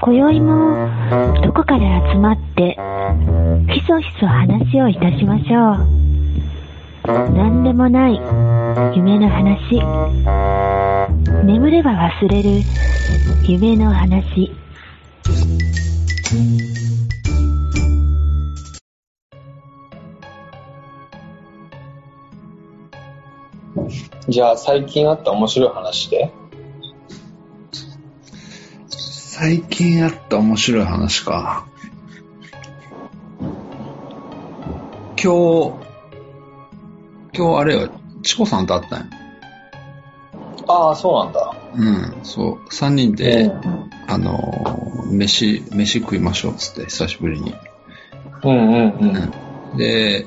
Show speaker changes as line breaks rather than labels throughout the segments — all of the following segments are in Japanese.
今宵もどこかで集まってひそひそ話をいたしましょう何でもない夢の話眠れば忘れる夢の話
じゃあ最近あった面白い話で。
最近あった面白い話か。今日、今日あれよ、チコさんと会ったんよ。
ああ、そうなんだ。
うん、そう、三人で、
うん
あのー、飯、飯食いましょうっつって、久しぶりに。
うんうんうん。
うん。で、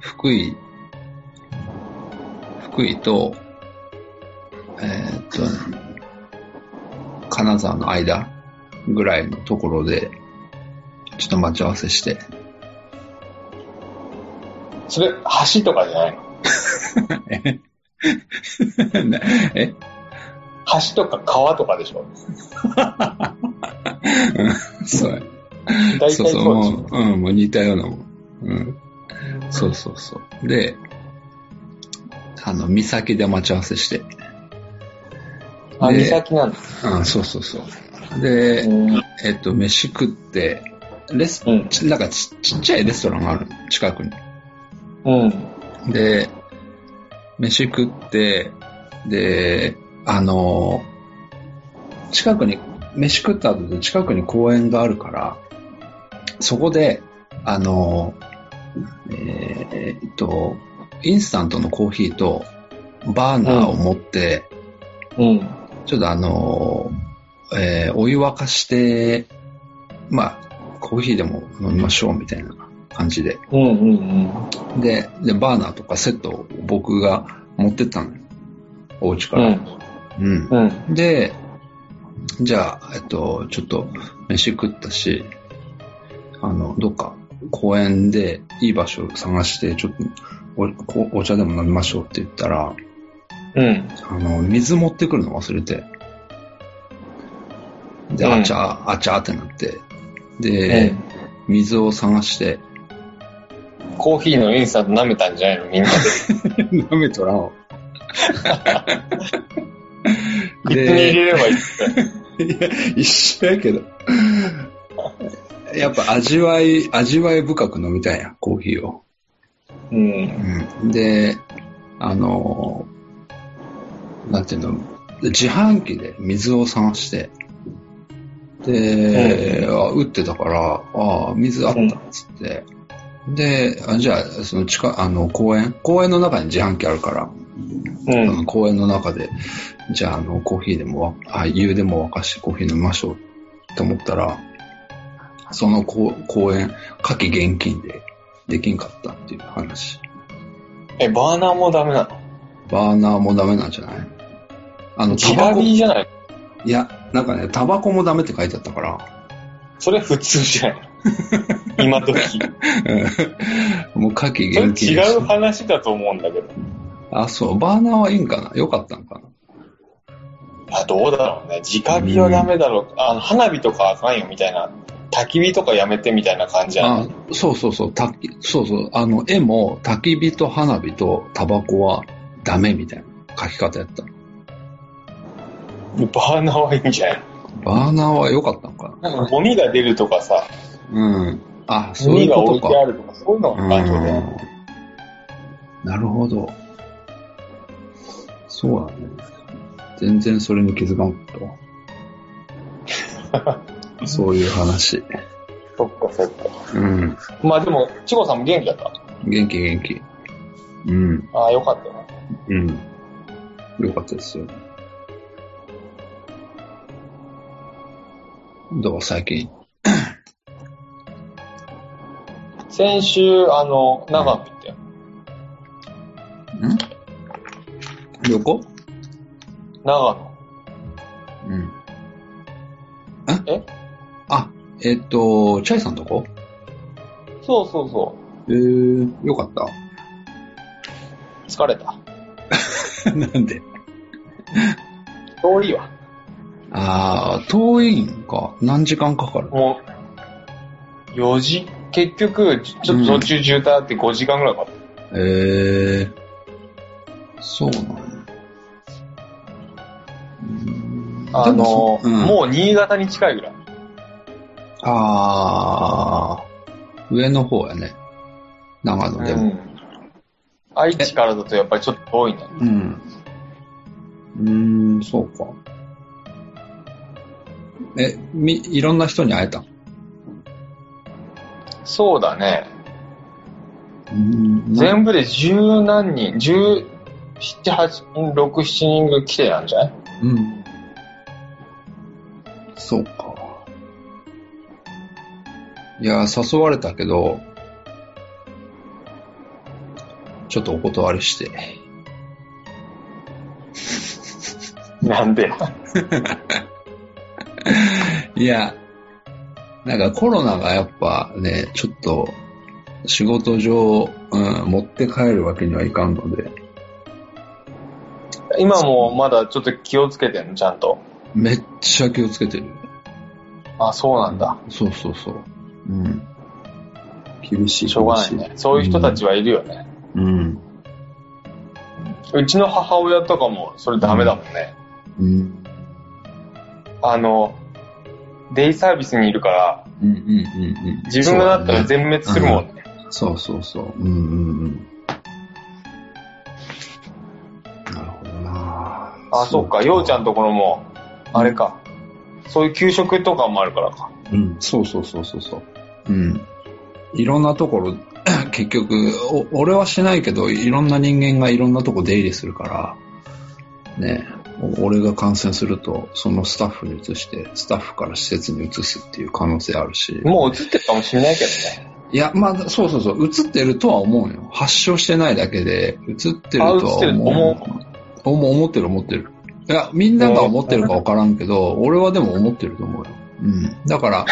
福井、福井と、えーっと、金沢の間ぐらいのところで、ちょっと待ち合わせして、
それ、橋とかじゃないの
え え
橋とか川とかでしょ
うんそう
大体
そうそ
そうでし
う、も
ょ
う、うん、もう似たようなもん。うん。そうそうそう。で、あの、岬で待ち合わせして。
あ、
ね
岬なんだ。
うん、そうそうそう。で、
うん
えっと、飯食って、レス、
うん
ちなんかちちっちゃいレストランがあるの近くに。
うん。
で、飯食って、で、あの、近くに、飯食った後で近くに公園があるから、そこで、あの、えーっと、インスタントのコーヒーとバーナーを持って、
うん。
ちょっとあのー、えーお湯沸かして、まあ、コーヒーでも飲みましょうみたいな感じで。
うんうん
で、で、バーナーとかセットを僕が持ってったのよ。お家か
うん。う
ら。
ん。
うん。
うん。
で、じゃあ、えっと、ちょっと飯食ったし、あの、どっか公園でいい場所探して、ちょっとおこお茶でも飲みましょうって言ったら、
うん。
あの、水持ってくるの忘れて。で、
うん
あちゃ、あちゃってなって。で、水を探して、
うんコーヒーのインスタント舐めたんじゃないのみんなで。
舐めとらん わ
口に入
で、
れればいいって。
一緒やけど。やっぱ味わい、味わい深く飲みたいやん、コーヒーを。
うん。
うんで、あの、なんていうの、自販機で水を探して、で、あ打ってたから、ああ、水あった
うん
っつって、で、あじゃあ、その近、あの、公園、公園の中に自販機あるから、
う
あの
ん。
公園の中で、じゃあ、あの、コーヒーでもわ、あ湯でも沸かしてコーヒー飲みましょうと思ったら、その公公園、夏季現金でできんかったっていう話。
え、バーナーもダメなの
バーナーもダメなんじゃないあの、タ
ギ
バ
ラ
コ、
リー
い
じゃない
や、なんかね、タバコもダメって書いてあったから、
それ普通じ ゃないの今時。そ
もう夏季
れ
限定
違う話だと思うんだけど。
あ、そう、バーナーはいいんかなよかったんかな
あどうだろうね。直火はダメだろう。あの、花火とかあかんよみたいな。焚き火とかやめてみたいな感じやな
あそうそうそう、焚き、そうそう、あの、絵も焚き火と花火とタバコはダメみたいな書き方やった。
バーナーはいいんじゃない
バーナーは良かったのか
なんかゴミが出るとかさ、
なうん。あ、
ゴ
そうい
ミ
う
が
こ
置
と
いてあ
か。
るとか、そういうの
う
が感情で。
んなるほど。そうだね。全然それに気づかんか ったわ。そういう話。
そっかそっか。
うん。
まあでも、チコさんも元気だった。
元気元気。うん。
ああ、よかったよ。
うん。よかったですよ。どう最近。
先週、あの、長野行ったよ。
ん旅行
長野。
うん。
え
あ、えっ、と、チャイさんとこ
そうそうそ
えー、よかっ
う。疲れた。
た。なんで
遠いわ。
ああ、遠いんか。何時間かかる
もう、4時、結局、ちょちょっと途中渋滞あって5時間ぐらいかかっ
ええそうなんだ。うん
た。あ
でも
の、
そうん
もう新潟に近いぐらい。
ああ、上の方やね。長野で
う
も。
ん愛知からだとやっぱりちょっと遠いね。
うん。うーん、そうか。え、み、いろんな人に会えたう
そうだね。
ーんな
全部で十何人、十七、八、六、七人が来てたんじゃない
うん。そうか。いや、誘われたけど、ちょっとお断りして。
なんで
いや、なんかコロナがやっぱね、ちょっと仕事上、うん、持って帰るわけにはいかんので、
今もまだちょっと気をつけてんの、ちゃんと。
めっちゃ気をつけてる。
あ、そうなんだ。。
そうそうそう。うん。厳しい。
しょうがないね。そういう人たちはいるよね。
うん。
うちの母親とかもそれダメだもんね。
うん。
あの、デイサービスにいるから、
うんうんうんうん。
自分がなったら全滅するもんね。
そうそうそう。うんうんうん。なるほどな
あ、そうか。ようちゃんところも、あれか。そういう給食とかもあるからか。
うん、そうそうそうそうそう。うん。いろんなところ、 結局お、俺はしないけど、いろんな人間がいろんなとこ出入りするから、ね、お俺が感染すると、そのスタッフに移して、スタッフから施設に移すっていう可能性あるし。
もう映ってるかもしれないけどね。
いや、まあ、そうそうそう、移ってるとは思うよ。発症してないだけで、移ってるとは
あ移ってると思う
思う。思う、思ってる思ってる。いや、みんなが思ってるかわからんけど、俺はでも思ってると思うよ。うん。だから、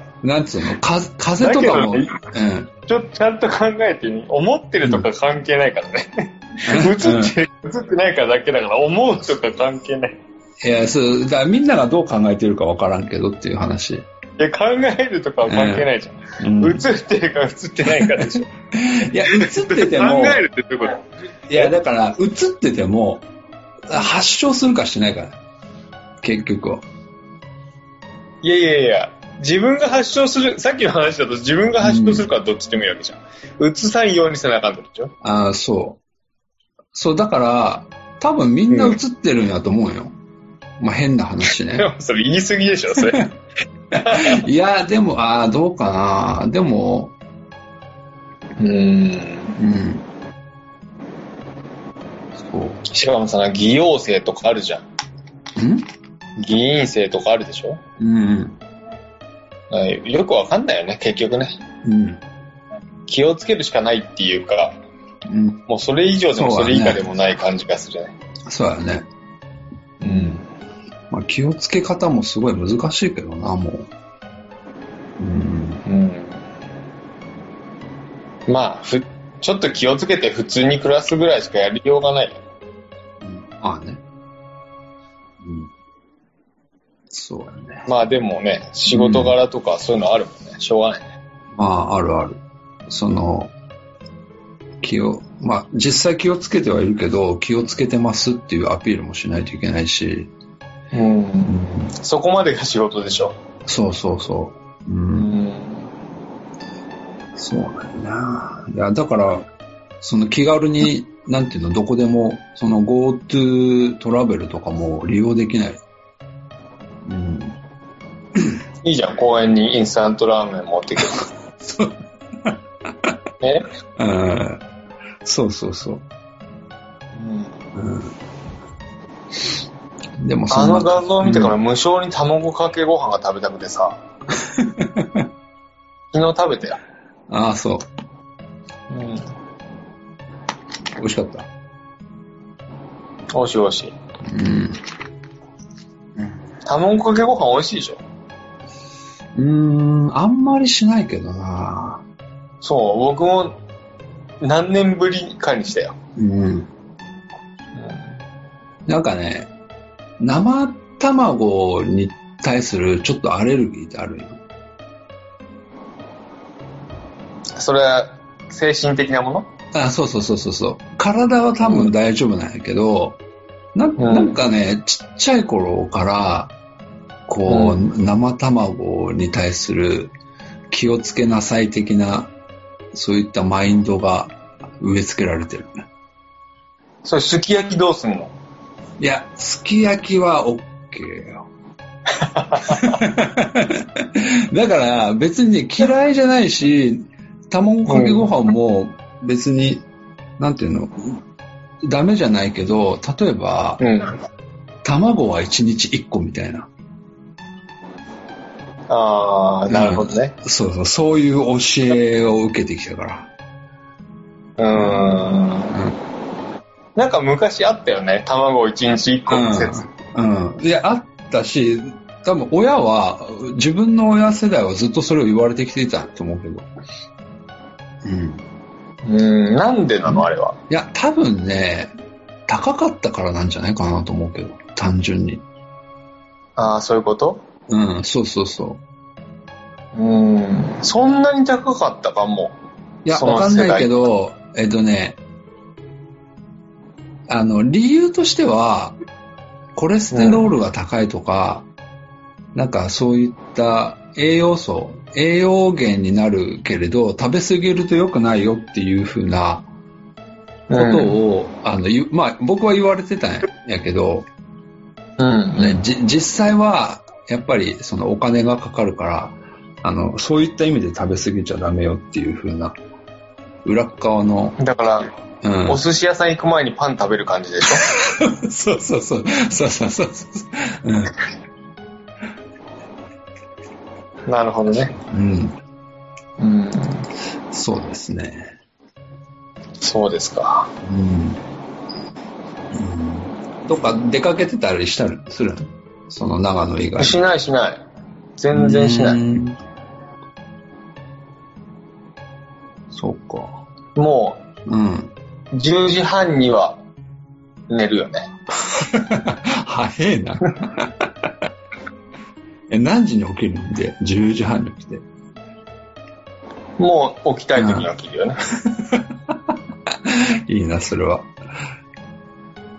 なんつうの、か風邪とかも、う
だけ
ん。
ちょっとちゃんと考えてみ。思ってるとか関係ないからね。映ってる、映ってないからだけだから、思うとか関係ない。
いや、そう、だからみんながどう考えてるかわからんけどっていう話。
いや、考えるとかは関係ないじゃん。
うん
映って るか映ってないかでしょ。
いや、映ってて
考
も、
えるってどういうこと
いや、だから、映ってても、発症するかしないか、結局は。
いやいやいや、自分が発症する、さっきの話だと自分が発症するからどっちでもいいわけじゃん。うつさんようにせなあかんってことでしょ
ああ、そう。そう、だから、多分みんな映ってるんやと思うよ。まあ、変な話
で
ね。
もそれ言い過ぎでしょ、それ。
いや、でも、ああ、どうかな。でも、
うん。
うん。そう。
しかもさ、偽陽性とかあるじゃん。
ん
偽陰性とかあるでしょ
うん。
はいよくわかんないよね、結局ね。
うん。
気をつけるしかないっていうか、
うん。
もうそれ以上でも
そう
そ
だね
れ以下でもない感じがするね。
そうやね。
うん。
まあ、気をつけ方もすごい難しいけどな、もう。うん。
うん。まあ、ふ、ちょっと気をつけて普通に暮らすぐらいしかやりようがないよ。
うんまあね。うん。そうやね。
まあでもね、仕事柄とかそういうのあるもんね。しょうがないね。
まあ、あるある。その、気を、まあ、実際気をつけてはいるけど、気をつけてますっていうアピールもしないといけないし、
うん。そこまでが仕事でしょ。
そうそうそう。
う
うん、
ん。
そうなんだな。いや、だから、その気軽に、なんていうの、どこでも、その GoTo トラベルとかも利用できない。うん。
いいじゃん、公園にインスタントラーメン持って くる。
そう、
ね。
うんそうそうそう。
うん。
うん、でもそ
あ
んな
の画像を見てから無性に卵かけご飯が食べたくて さ。昨日食べたよ。
ああ、そう。
うん。
美味しかった。
おいしいおいしい。
うん。
卵かけご飯美味しいでしょ。
うーん、あんまりしないけどな
そう、僕も何年ぶりかにしたよ。
うん。なんかね、生卵に対するちょっとアレルギーってあるよ。
それは精神的なもの
あ、そうそうそうそうそう。体は多分大丈夫なんやけど、ななんかね、ちっちゃい頃から、こう、生卵に対する気をつけなさい的な、そういったマインドが植え付けられてるね。
それ、すき焼きどうすんの
いや、すき焼きは OK よ。だから別にね嫌いじゃないし、卵かけご飯も別に、なんていうの、ダメじゃないけど、例えば、
うん。
卵は1日1個みたいな。
ああ、なるほどね。
そうそう、そういう教えを受けてきたから。
うーん。なんか昔あったよね。卵1日1個の説。
うん。うん。いや、あったし、多分親は、自分の親世代はずっとそれを言われてきていたと思うけど。うん。
うん、なんでなのあれは。
いや、多分ね、高かったからなんじゃないかなと思うけど、単純に。
ああ、そういうこと
うん、そうそうそう。
うーん。そんなに高かったかも。
いや、
その
わかんないけど、えっとね、あの、理由としては、コレステロールが高いとか、なんかそういった栄養素、栄養源になるけれど、食べ過ぎると良くないよっていうふうなことを、あの、ゆまあ僕は言われてたんやけど、
うん。
ね、じ実際はやっぱりそのお金がかかるからあのそういった意味で食べ過ぎちゃダメよっていう風な裏っ側の、
だから、
うん、
お寿司屋さん行く前にパン食べる感じでしょ
そうそうそうそうそうそうそう、うん
なるほどね。
うん、
うん。
そうですね、
そうですか。
うんうん、どっか出かけてたりしたりするのその長野以外
しないしない。全然しない。
いそうか
も
うん
う、10時半には寝るよね。
早いな。 え、何時に起きるんで、10時半に起きて。
もう起きたい時に起きるよね。
いいな、それは。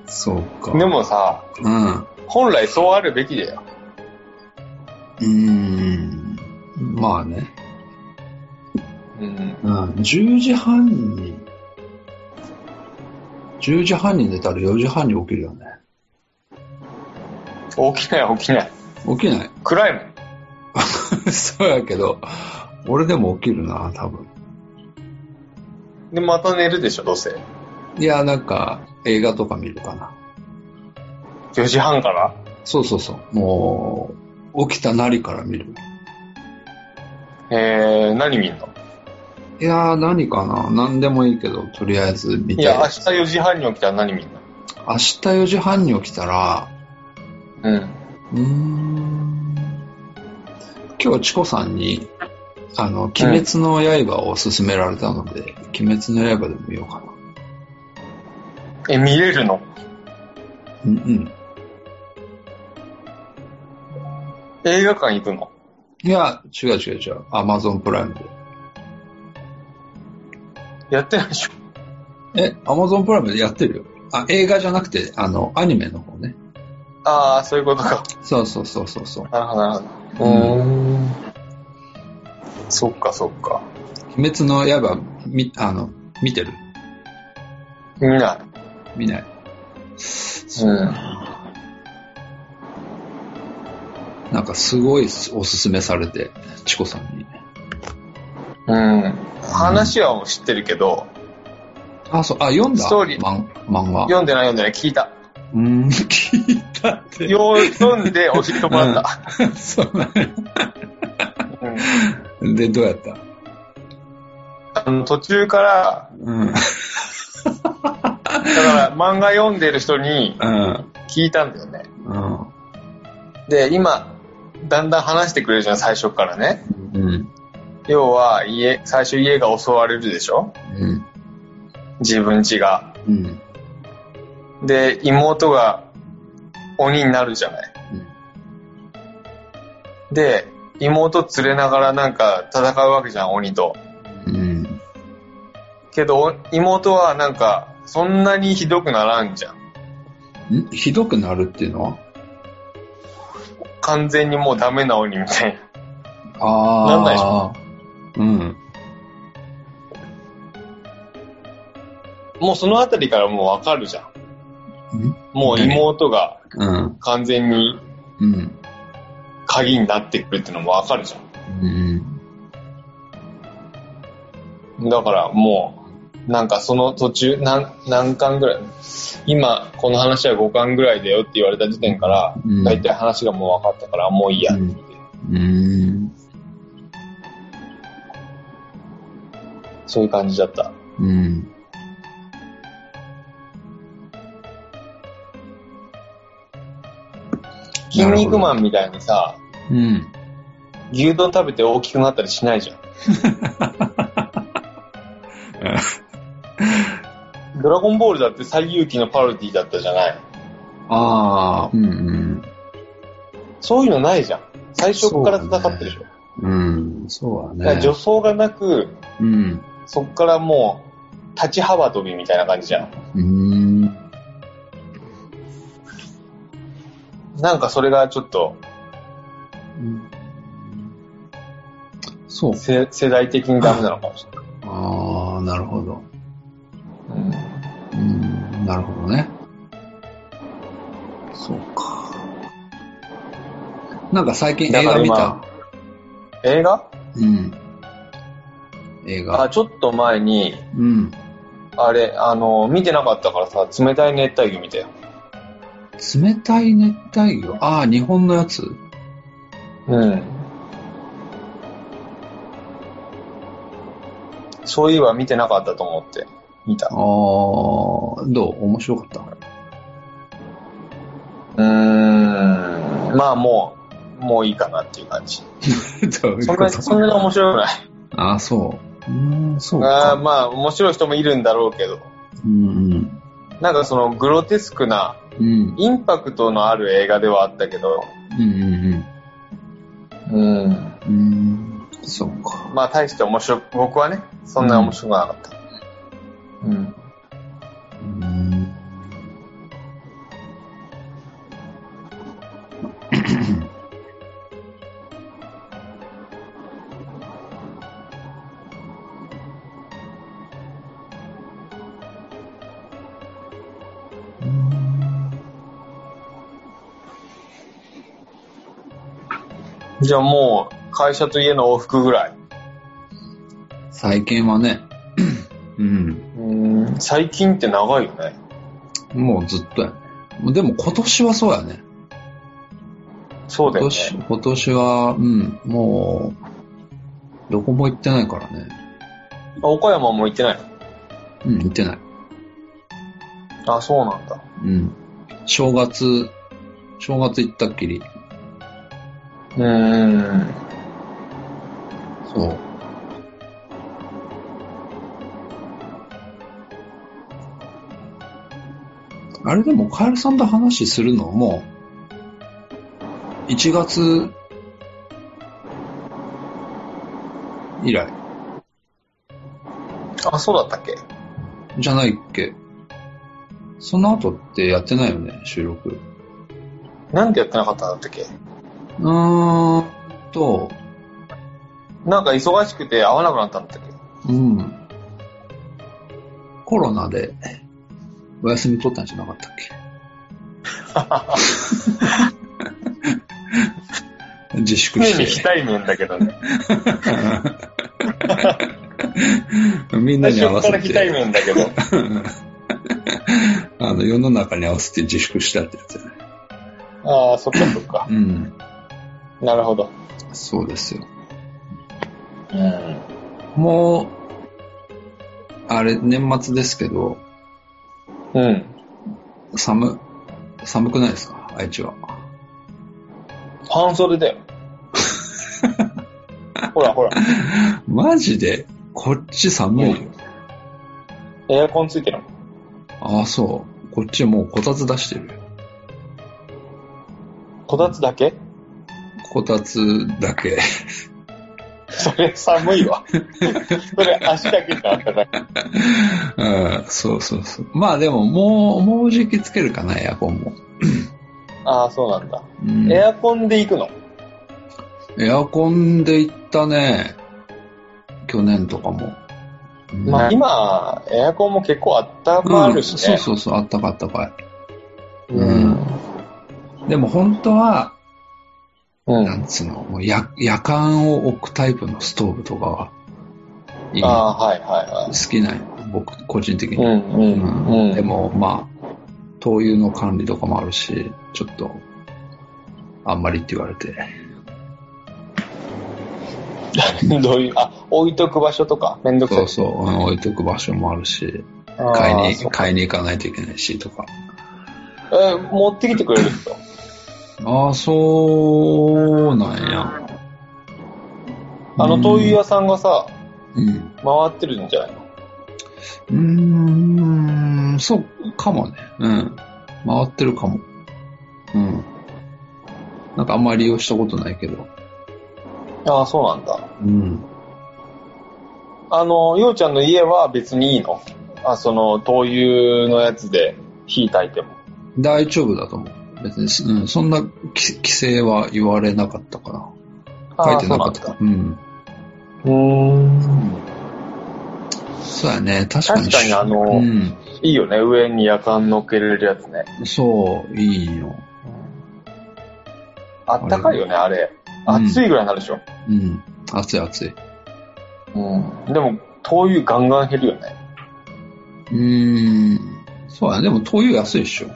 そうか。
で、もさ、
うん。う
本来そうあるべきだよ。
ーん。まあね。
うん。
うん。10時半に、10時半に寝たら4時半に起きるよね。
起きない起きない。
起きない。
暗いもん。
そうやけど、俺でも起きるな、多分。
で、また寝るでしょ、どうせ。
いや、なんか、映画とか見るかな。
4時半から
そうそうそう。もう、起きたなりから見る。
えー、何見んの
いやー、何かな何でもいいけど、とりあえず見
い
て。
や、明日4時半に起きたら何見んの
明日4時半に起きたら、
うん。
うーん。今日、チコさんに、あの、鬼滅の刃を勧められたので、鬼滅の刃でも見ようか
え、見れるの
な。うんうん。
映画館行くの
いや、違う違う違う。アマゾンプライム
やってないでしょ。
で。え、アマゾンプライムでやってるよ。あ、映画じゃなくて、あの、アニメの方ね。
ああ、そういうことか。
そうそうそうそうそう。
なるほど、なるほど。うーん。そっか、そっか。
鬼滅の刃、み、あの、見てる
見ない。
見ない。
うん。
なんかすごいおすすめされて、チコさんに。
うん。話はもう知ってるけど、
あ、そう、あ、読んだ
ストーリー
漫漫画。
読んでない読んでない、聞いた。
うーん、聞いたって。
よう読んで教えてもらった。
そうなんや
うん
で、どうやった
あの途中から、
うん。
だから漫画読んでる人に
うん。
聞いたんだよね。
うん。
で、今、だんだん話してくれるじゃん、最初からね。
うん。
要は、家、最初家が襲われるでしょ
うん。
自分家が。
うん。
で、妹が鬼になるじゃない。
うん
で、妹連れながらなんか戦うわけじゃん、鬼と。
うん。
けど、お妹はなんか、そんなにひどくならんじゃん。
んひどくなるっていうのは
完全にもうダメな鬼みたいな。なんないでし
ああ。うん。
もうそのあたりからもうわかるじゃん。
うん
もう妹が
うん。
完全に
うん。
鍵になってくるってのもわかるじゃ
うん。
ん。だからもう、なんかその途中、何、何巻ぐらい、今この話は5巻ぐらいだよって言われた時点から、
うん
大体話がもう分かったから、もういいやって。
うんうん。
そういう感じだった。
うん。
筋肉マンみたいにさ、
うん。
牛丼食べて大きくなったりし ないじゃん。ドラゴンボールだって最勇気のパロディだったじゃない。
ああ。うん
そういうのないじゃん。最初から戦ってるでしょ。
うん。うん。そう
だから
だね。
助走がなく、
うん。
そっからもう、立ち幅跳びみたいな感じじゃん。
うん。
なんかそれがちょっと、
そう。
せ世代的にダメなのかもしれない。
ああ、なるほど。
うん
うん。なるほどね。そうか。なんか最近映画見
だから今。
た
映画
うん。映
あ、
画。
ちょっと前に、
うん。
あれ、あの、見てなかったからさ、冷たい熱帯魚見たよ。
冷たい熱帯魚。ああ、日本のやつ。
うん。そういえば見てなかったと思って、見た
ああ。、どう面白かった
うーん。まあもう、もういいかなっていう感じ。
どういう
そん
こ
な、
と
そんなに面白くない。
ああ、そう。うーん、そう
あー
か。
まあ、面白い人もいるんだろうけど。
うん、
なんかそのグロテスクな、
うん。うん、
インパクトのある映画ではあったけど、
うん、う
うん。
んうん。うーん、そうか。
まあ大して面白く、僕はね、そんな面白くなかった。うん。
うーん。
じゃあもう、会社と家の往復ぐらい。
最近はね、うん、
うん。最近って長いよね。
もうずっとやね。でも今年はそうやね。
そうだよね。
今年、今年は、うん、もう、どこも行ってないからね。
あ岡山も行ってない
うん、行ってない。
のあ、そうなんだ。
うん。正月、正月行ったっきり。
うん。
そう。あれでも、カエルさんと話するのも、1月以来
あ、そうだったっけ
じゃないっけその後ってやってないよね、収録。
なんでやってなかったんだったっけ
うーんと、
なんか忙しくて会わなくなったんだったっけ
うん。コロナでお休み取ったんじゃなかったっ け自粛
常に非
して。
対面だけど ね。
みんな
最
に合わ
初か ら
せ
非対
て、
面だけど。
あの世の中に合わせて自粛したってやつだね。
ああ、そっかそっか。
うん。
なるほど。
そうですよ。
うん。
もう、あれ、年末ですけど、
うん。
寒、寒くないですか愛知は。
半袖 だよ。ほらほら。
マジで、こっち寒いよ。
エアコンついてる
ああ、そう。こっちもうこたつ出してるよ。
の。こたつだけ
こたつだけ。
それ寒いわ。それ足だけじゃあったかい。
うん、そうそうそう。まあでも、もう、もうじきつけるかな、エアコンも。
ああ、そうなんだ。
うん
エアコンで行くの
エアコンで行ったね。去年とかも。
まあ
うん
今、エアコンも結構あったまるしね。
そうそうそう、あったかあったかい。
う
うん
ん。。
でも本当は、
うん。
なんつうの、もう夜夜間を置くタイプのストーブとかは、いい
あ
好
あ、はいは
きなんよ僕、個人的
いはい。う
に。
んうんうん。
でも、まあ、灯油の管理とかもあるし、ちょっと、あんまりって言われて。
どういう、あ、置いとく場所とか、めんどくさ
そ。
いう
そう、うん置いとく場所もあるし、
あー
買い
そ
に、
う
買いに行かないといけないしとか。
えー持ってきてくれる人。
ああ、そうなんや。
あの、灯油屋さんがさ、
うん。
回ってるんじゃないの
うん、うーん、そうかもね。うん。回ってるかも。うん。なんかあんまり利用したことないけど。
ああ、そうなんだ。
うん。
あの、ようちゃんの家は別にいいのあ、その、灯油のやつで火焚いても。
大丈夫だと思う。別にす、うん、そんなき規制は言われなかったかな。書いてなかった
あ
か。うん。
ーそうなんだ。うーん。
そうやね。確か
確
に。
かにあの
うん。
いいよね、上に夜間乗っけれるやつね。
そう、いいよ。
あったかいよね、あれ。
うん
暑いぐらいになるでしょ。
うん。暑い暑い。
うん。でも、灯油ガンガン減るよね。
うーん。そうやね。でも灯油安いでしょ。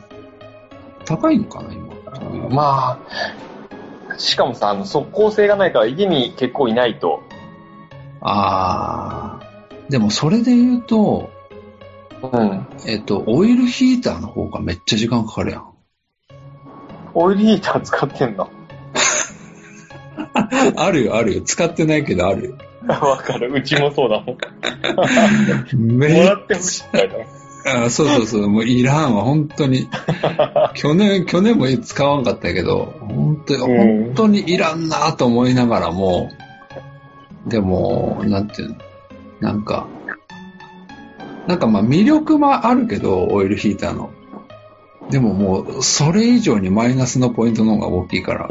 高いのかな、今。灯油
まあ、しかもさ、あの、即効性がないから家に結構いないと。
あー。でもそれで言うと、
うん。
えっと、オイルヒーターの方がめっちゃ時間かかるやん。
オイルヒーター使ってんの。
あるよ、あるよ。使ってないけどあるよ。
わかる。うちもそうだもん。も
め
らってほしいみたいな。
あそうそうそう。もういらんわ、本当 に。去年、去年も使わんかったけど、本当に、
うん
本当にいらんなと思いながらも、でも、なんていうの、なんか、なんかまあ魅力もあるけど、オイルヒーターの。でももう、それ以上にマイナスのポイントの方が大きいから、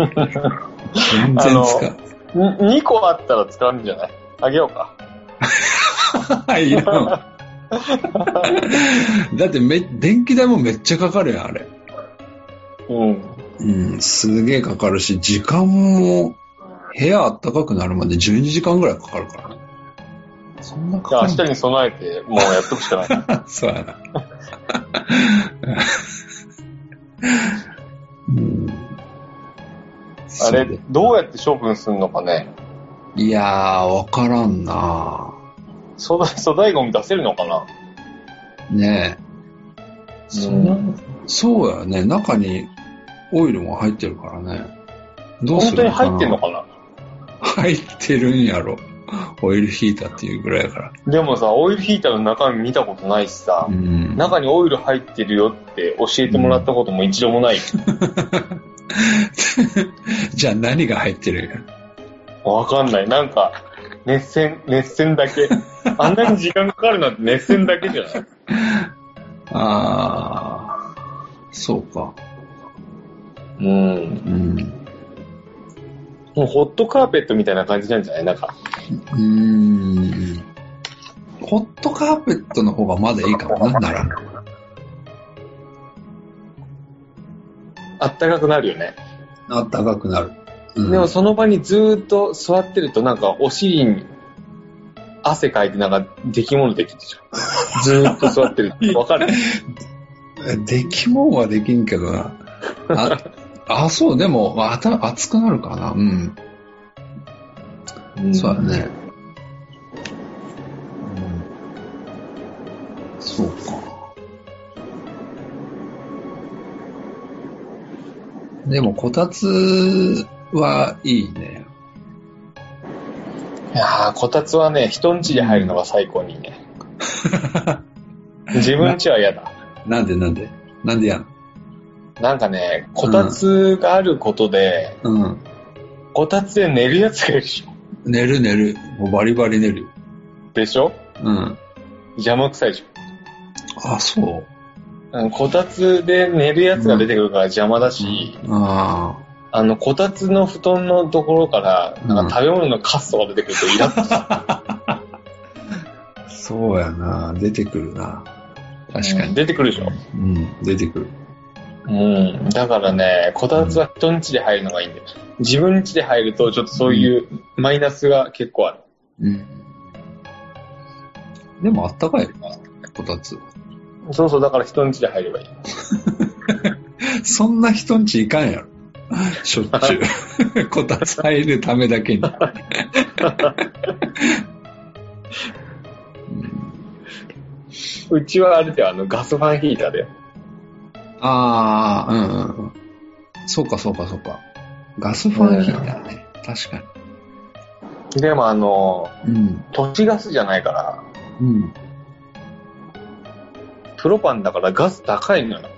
全然
に2個あったら使うんじゃないあげようか。
使う。いらん わだってめ、電気代もめっちゃかかるやん、あれ。
うん。
うん、すげえかかるし、時間も、部屋あったかくなるまで12時間ぐらいかかるからね。そんな
じゃあ
か
明日
かる
に備えて、もうやってほしくない。
そうやな。うん、
あ
そう
れ
ね、
どうやって処分するのかね。
いやー、わからんな
粗大粗大ゴミ出せるのかな
ねえ。そ
うん
そうやね。中にオイルも入ってるからね。どうす
本当
る
に入って
のかな
んのかな
入ってるんやろ。オイルヒーターっていうぐらいやから。
でもさ、オイルヒーターの中身見たことないしさ
う、ん。
中にオイル入ってるよって教えてもらったことも一度もない。
じゃあ何が入ってるんや
わかんない。なんか、熱戦、熱戦だ け。あんなに時間かかるなんて熱戦だけじゃない
ああ、そうか。
うん。
うん。
もうホットカーペットみたいな感じなんじゃないなんか。
うーん。ホットカーペットの方がまだいいかもな、なら。
あったかくなるよね。
あったかくなる。うん
でもその場にずーっと座ってるとなんかお尻に汗かいてなんか出来物できてちゃう。ずーっと座ってる。 わかる
できもんはできんけどな。 あ、あそう、でも、あた、熱くなるかな。うん。そうだ。ね。うん。そうか。でも、こたつはいいね。
いやーこたつはね、人ん家に入るのが最高にいい ね。自分家は嫌だ。
なんでなんでなんでやん
なんかね、こたつがあることで、
うん。
こたつで寝るやつがいるでしょ。
寝る寝る。もうバリバリ寝るよ。
でしょ
うん。
邪魔くさいでし
あ、そう
ょ。うんこたつで寝るやつが出てくるから邪魔だし、
あ
あの、こたつの布団のところから、なんか食べ物のカスとか出てくるとイラッと す
あ。そうやな。出てくるな。
る。
確かに。
出てくるでしょ。
うん、出てくる。
うん。だからね、こたつは人ん家で入るのがいいんだよ。自分家で入ると、ちょっとそういうマイナスが結構ある。
うん。でもあったかいよな、こたつ。
そうそう、だから人ん家で入ればいい。
そんな人んち行かんやろ。しょっちゅう。こたつ入るためだけに。うん
うちはあれだよ、あの、ガスファンヒーターだよ。
ああ、うんうんうん。そうかそうかそうか。ガスファンヒーターね。確か
でもあの、
に。うん。
都市ガスじゃないから、
うん。
プロパンだからガス高いのよ。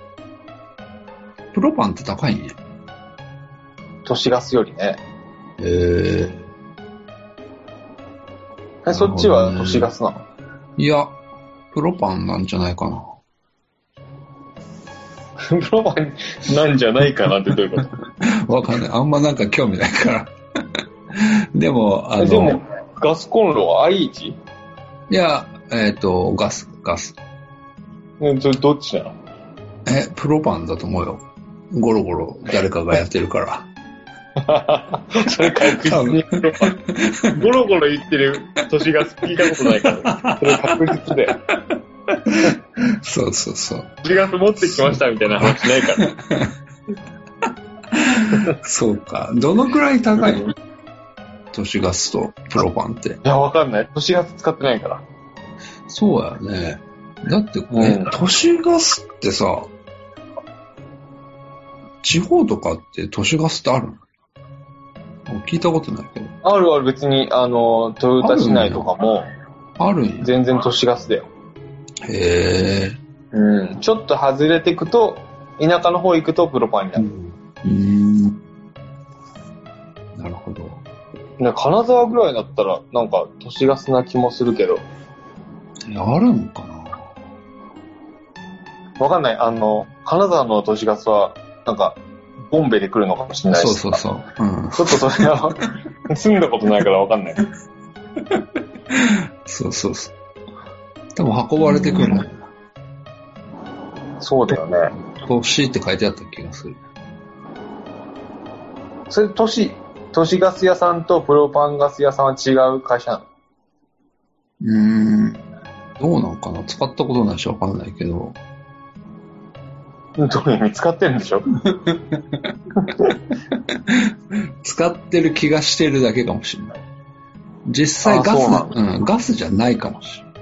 プロパンって高いんや。
都市ガスよりね。
えー、
え、そっちは都市ガスなの
いや、プロパンなんじゃないかな。
プロパンなんじゃないかなってどういう こと
わかんない。あんまなんか興味ないから。 でも、あ
え
の、
でも、ガスコンロは IH?
いや、えっ、と、ガス、ガス。
ねそれどっちなの
え、プロパンだと思うよ。ゴロゴロ誰かがやってるから。
それ確実にプロパン。 ゴロゴロ言ってる都市ガス聞いたことないから。それ確実だよ。
そうそうそう。
都市ガス持ってきましたみたいな話ないから。
そうか。どのくらい 高いの都市ガスとプロパンって。
いや、わかんない。都市ガス使ってないから。
そうやね。だって、
うん
え都市ガスってさ、地方とかって都市ガスってあるの聞いたことないけど。
あるある別に、あの、豊田市内とかも、
あるんや。
全然都市ガスだよ。
へぇ
うん。ちょっと外れていくと、田舎の方行くとプロパンにな
ー。う
る。
ん。なるほど。
ね金沢ぐらいだったら、なんか、都市ガスな気もするけど、
えあるんかな
わかんない。あの、金沢の都市ガスは、なんか、ボンベで来るのかもしれないし。
そうそうそう。うん。
ちょっとそれは、 住んだことないからわかんない。
そうそうそう。多分運ばれてくるの。
そうだよね。
都市って書いてあった気がする。
それ、都市、都市ガス屋さんとプロパンガス屋さんは違う会社なの
うーん。どうなんかな使ったことないしわかんないけど。
うんどういう意味使ってるんでしょ
使ってる気がしてるだけかもしれない。実際ガ
あ
ス
そうなん
うん、ガスじゃないかもしれない。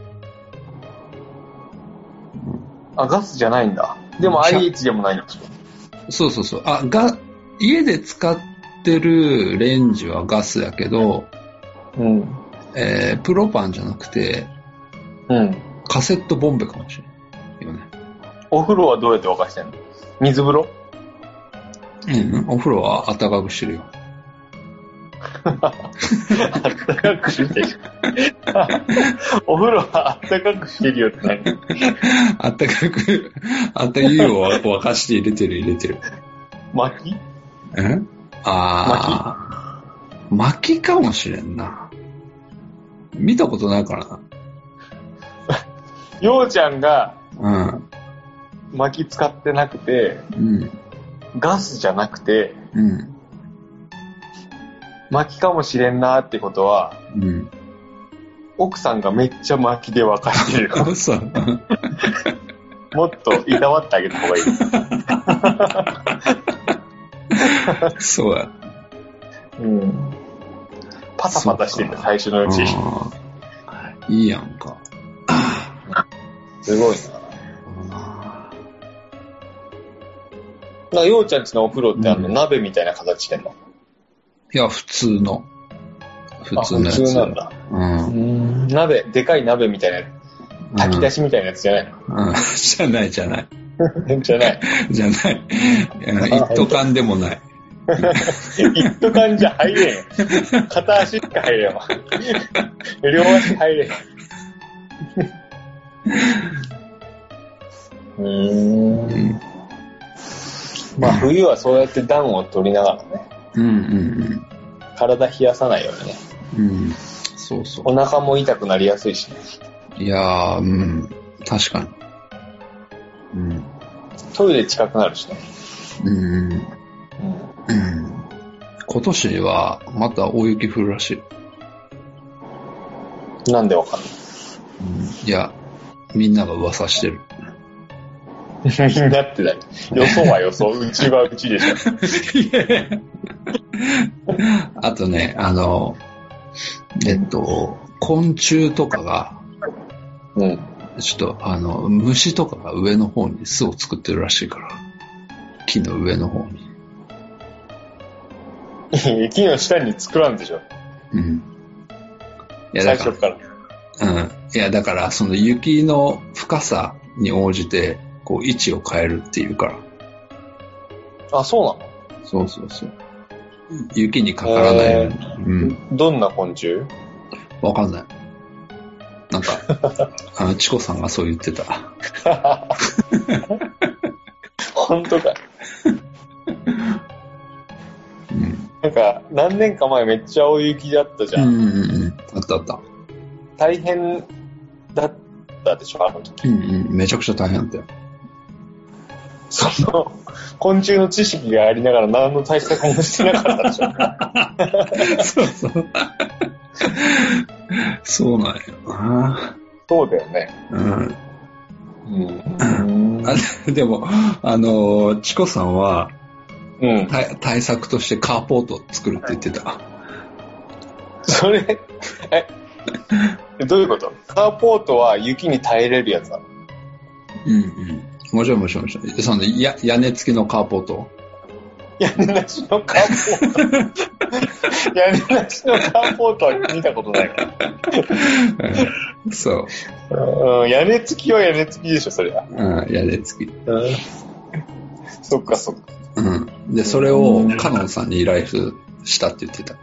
あ、ガスじゃないんだ。でも
うん
IH でもないんでしょ
そうそうそう。あ、が、家で使ってるレンジはガスやけど、
うん。
えー、プロパンじゃなくて、
うん。
カセットボンベかもしれない。よね。
お風呂はどうやって沸かしてんの水風呂
うん、お風呂は暖かくしてるよ。
あったかくしてる。 お風呂はあったかくしてるよって何
あったかく、あったかい湯を沸かして入れてる入れてる。
薪
うんああ。薪かもしれんな。見たことないから
ようちゃんが
な。
薪使ってなくて、
うん。うん。
ガスじゃなくて、
うん。
薪かもしれんなーってことは、
うん。
奥さんがめっちゃ薪で沸かして るよ。
あ、嘘。
もっといたわってあげた方がいい。
そう や。
うん。パタパタして
そう
た
か
最初のうち。
あーいいやんか。
すごい
あ
な。な、ようちゃんちのお風呂ってあの、
うん
鍋みたいな形してんの
ーいや、普通の。普通の
あ
やつ。
普通なんだ。
うん。
鍋、でかい鍋みたいなやつ。炊き出
し。
しみたいなやつじゃない
うん。 じゃないじゃない。
のじゃない。
じゃない。うん一斗缶でもない。
一斗缶じゃ入れんよ。片足しか入れんわ。両足入れん。うーん。
ん。
まあ冬はそうやって暖を取りながらね、
うんうん
体冷やさないようにね。
うん。うん。そうそ
お腹も痛くなりやすいしね。
う。いやー、うん。確かに。うん。
トイレ近くなるしね。
うん。うん
うん。
今年は、また大雪降るらしい。
なんでわ かんない
いや、みんなが噂してる。
だってだよ予想は予想、うちはうちでしょ。
あとね、あの、えっと、昆虫とかが、
うん。
ちょっと、あの、虫とかが上の方に巣を作ってるらしいから。木の上の方に。
木の下に作らんでしょ。
うん。いや、
最
だか
初から。
ら、うん。いや、だから、その雪の深さに応じて、こう、位置を変えるっていうから。
あ、そうな
そうそうそう。雪にかからないように。うん。
のどんな昆虫
わかんない。なんか、 あの、チコさんがそう言ってた。
本当か。
うん。
なんか、何年か前めっちゃ大雪だったじ
う
ゃん。
んうんうん。あったあった。
大変だったでしょ、あの時。
うんうん。めちゃくちゃ大変だったよ。
その、 昆虫の知識がありながら何の対策もしてなかったでしょ。
そうそう。そうなんよな。
そうだよね。
うん
うん。
でも、あの、チコさんは
うん。
対対策としてカーポートを作るって言ってた。
それ、え、 どういうことカーポートは雪に耐えれるやつなの
うんうん。もちろんもちろんもちろん。そのや屋根付きのカーポート。
屋根なしのカーポート。屋根なしのカーポートは見たことないか
うんそう。
ら。うん、屋根付きは屋根付きでしょ、そりゃ。
うん、屋根付き。
うん。そっかそっか。
うん。で、それをカノンさんに依頼したって言ってた。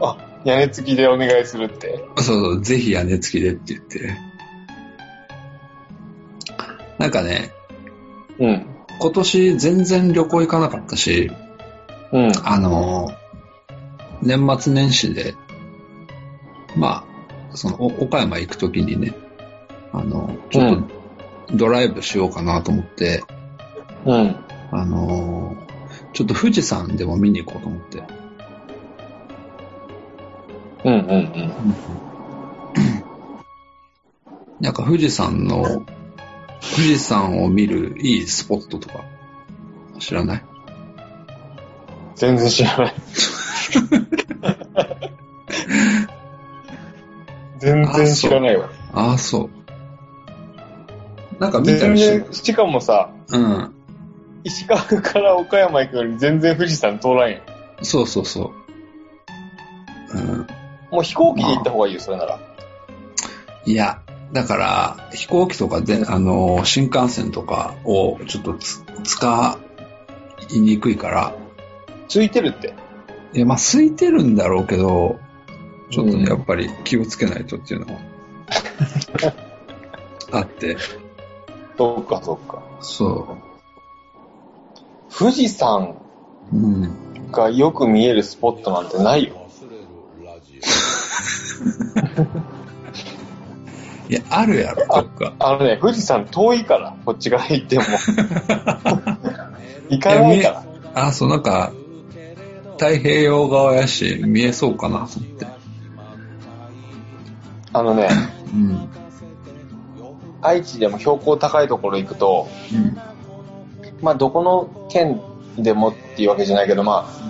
あ、屋根付きでお願いするって。
そうそう、ぜひ屋根付きでって言って。なんかね、
うん。
今年全然旅行行かなかったし、
うん。
あのー年末年始で、まあ、その、お岡山行くときにね、あの、ちょっとドライブしようかなと思って、
うん。
あのーちょっと富士山でも見に行こうと思って。
うんうん
なんか富士山の、富士山を見るいいスポットとか、知らない
うん。全然知らない。全然知らないわ。
ああ、そう。なんか見た
全
りして、
然、しかもさ、
うん。
石川から岡山行くより全然富士山通らんやん。
そうそうそう。うん。
もう飛行機で行った方がいいよ、それなら。
いや、だから、飛行機とかで、あのー、新幹線とかをちょっとつ使いにくいから、
ついてるって。
いや、まあ、空いてるんだろうけど、ちょっ
う
と
ん
ねやっぱり気をつけないとっていうのもあって、
そっかそっか。
そ
富士山
う。うん。
がよく見えるスポットなんてないよ。
いや、あるやろ、どっか。
あのね、富士山遠いから、こっち側行っても。行か
や
な
見
い
え
から。
あ、そう、なんか、太平洋側やし、見えそうかなと思って。
あのね、
うん。
愛知でも標高高いところ行くと、
うん。
まあどこの県でもっていうわけじゃないけど、まあ、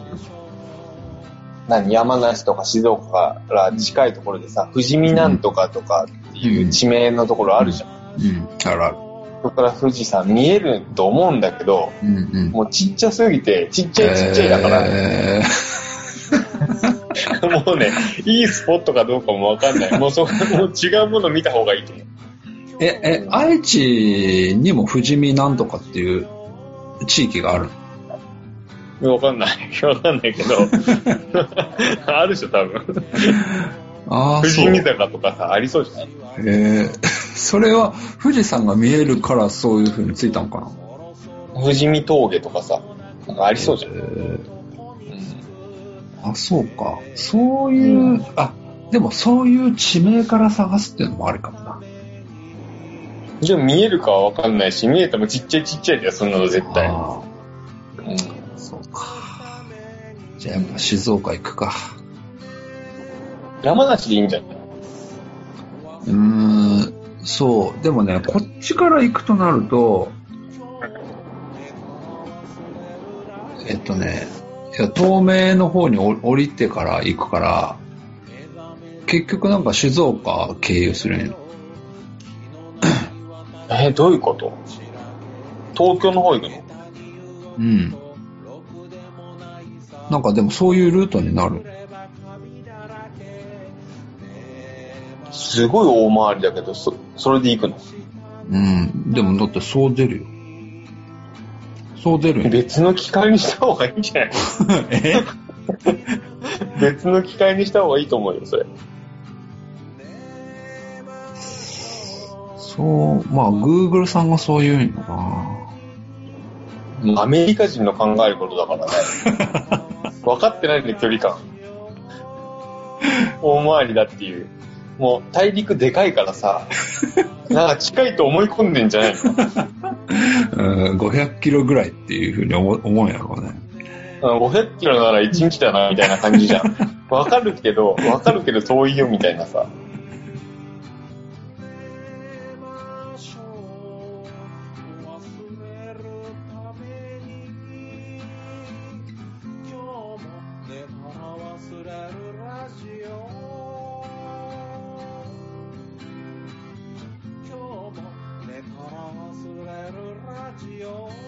何、山梨とか静岡から近いところでさ、富士見なんとかとかっていう地名のところあるじゃん。
うん。あるある。
そこから富士山見えると思うんだけど、
うんうん。
もうちっちゃすぎて、ちっちゃいちっちゃいだから、
え
もうね、いいスポットかどうかもわかんない。もうそこ、もう違うもの見た方がいいと思う。
ーえ、え、愛知にも富士見なんとかっていう地域がある
わかんない。わかんないけど。 あるでしょ、多分。
ああ、
富
そ
士
う。
見
へ
坂とかさ、ありそうじゃない
え。 それは、富士山が見えるからそういう風についたのかな
富士見峠とかさ、なんかありそうじゃん。
へえあ、そうか。そういう、あ、でもそういう地名から探すっていうのもあるかもな。
じゃあ見えるかはわかんないし、見えてもちっちゃいちっちゃいじゃん、そんなの絶対。
あ
うん
あ、そうか。じゃあやっぱ静岡行くか。
山梨でいいんじゃないう
ーん、そう。でもね、こっちから行くとなると、えっとね、いや、東名の方に降降りてから行くから、結局なんか静岡経由するんよ
えーどういうこと東京の方行くの
うん。なんかでもそういうルートになる。
すごい大回りだけど、そ、それで行くの
うん。でもだってそう出るよ。そう出るよ。
別の機会にした方がいいんじゃない
え
別の機会にした方がいいと思うよ、それ。
そう、まあ Google さんがそう言うんよな。
もうアメリカ人の考えることだからね。 分かってないんで、距離感。大回りだっていう。もう大陸でかいから さ、なんか近いと思い込んでんじゃないの
うん、500キロぐらいっていうふうに思う思うんやろうね。
うん ?500 キロなら1日だな、みたいな感じじゃん。分かるけど、分かるけど遠いよ、みたいなさ。
今日も寝たら忘れるラジオ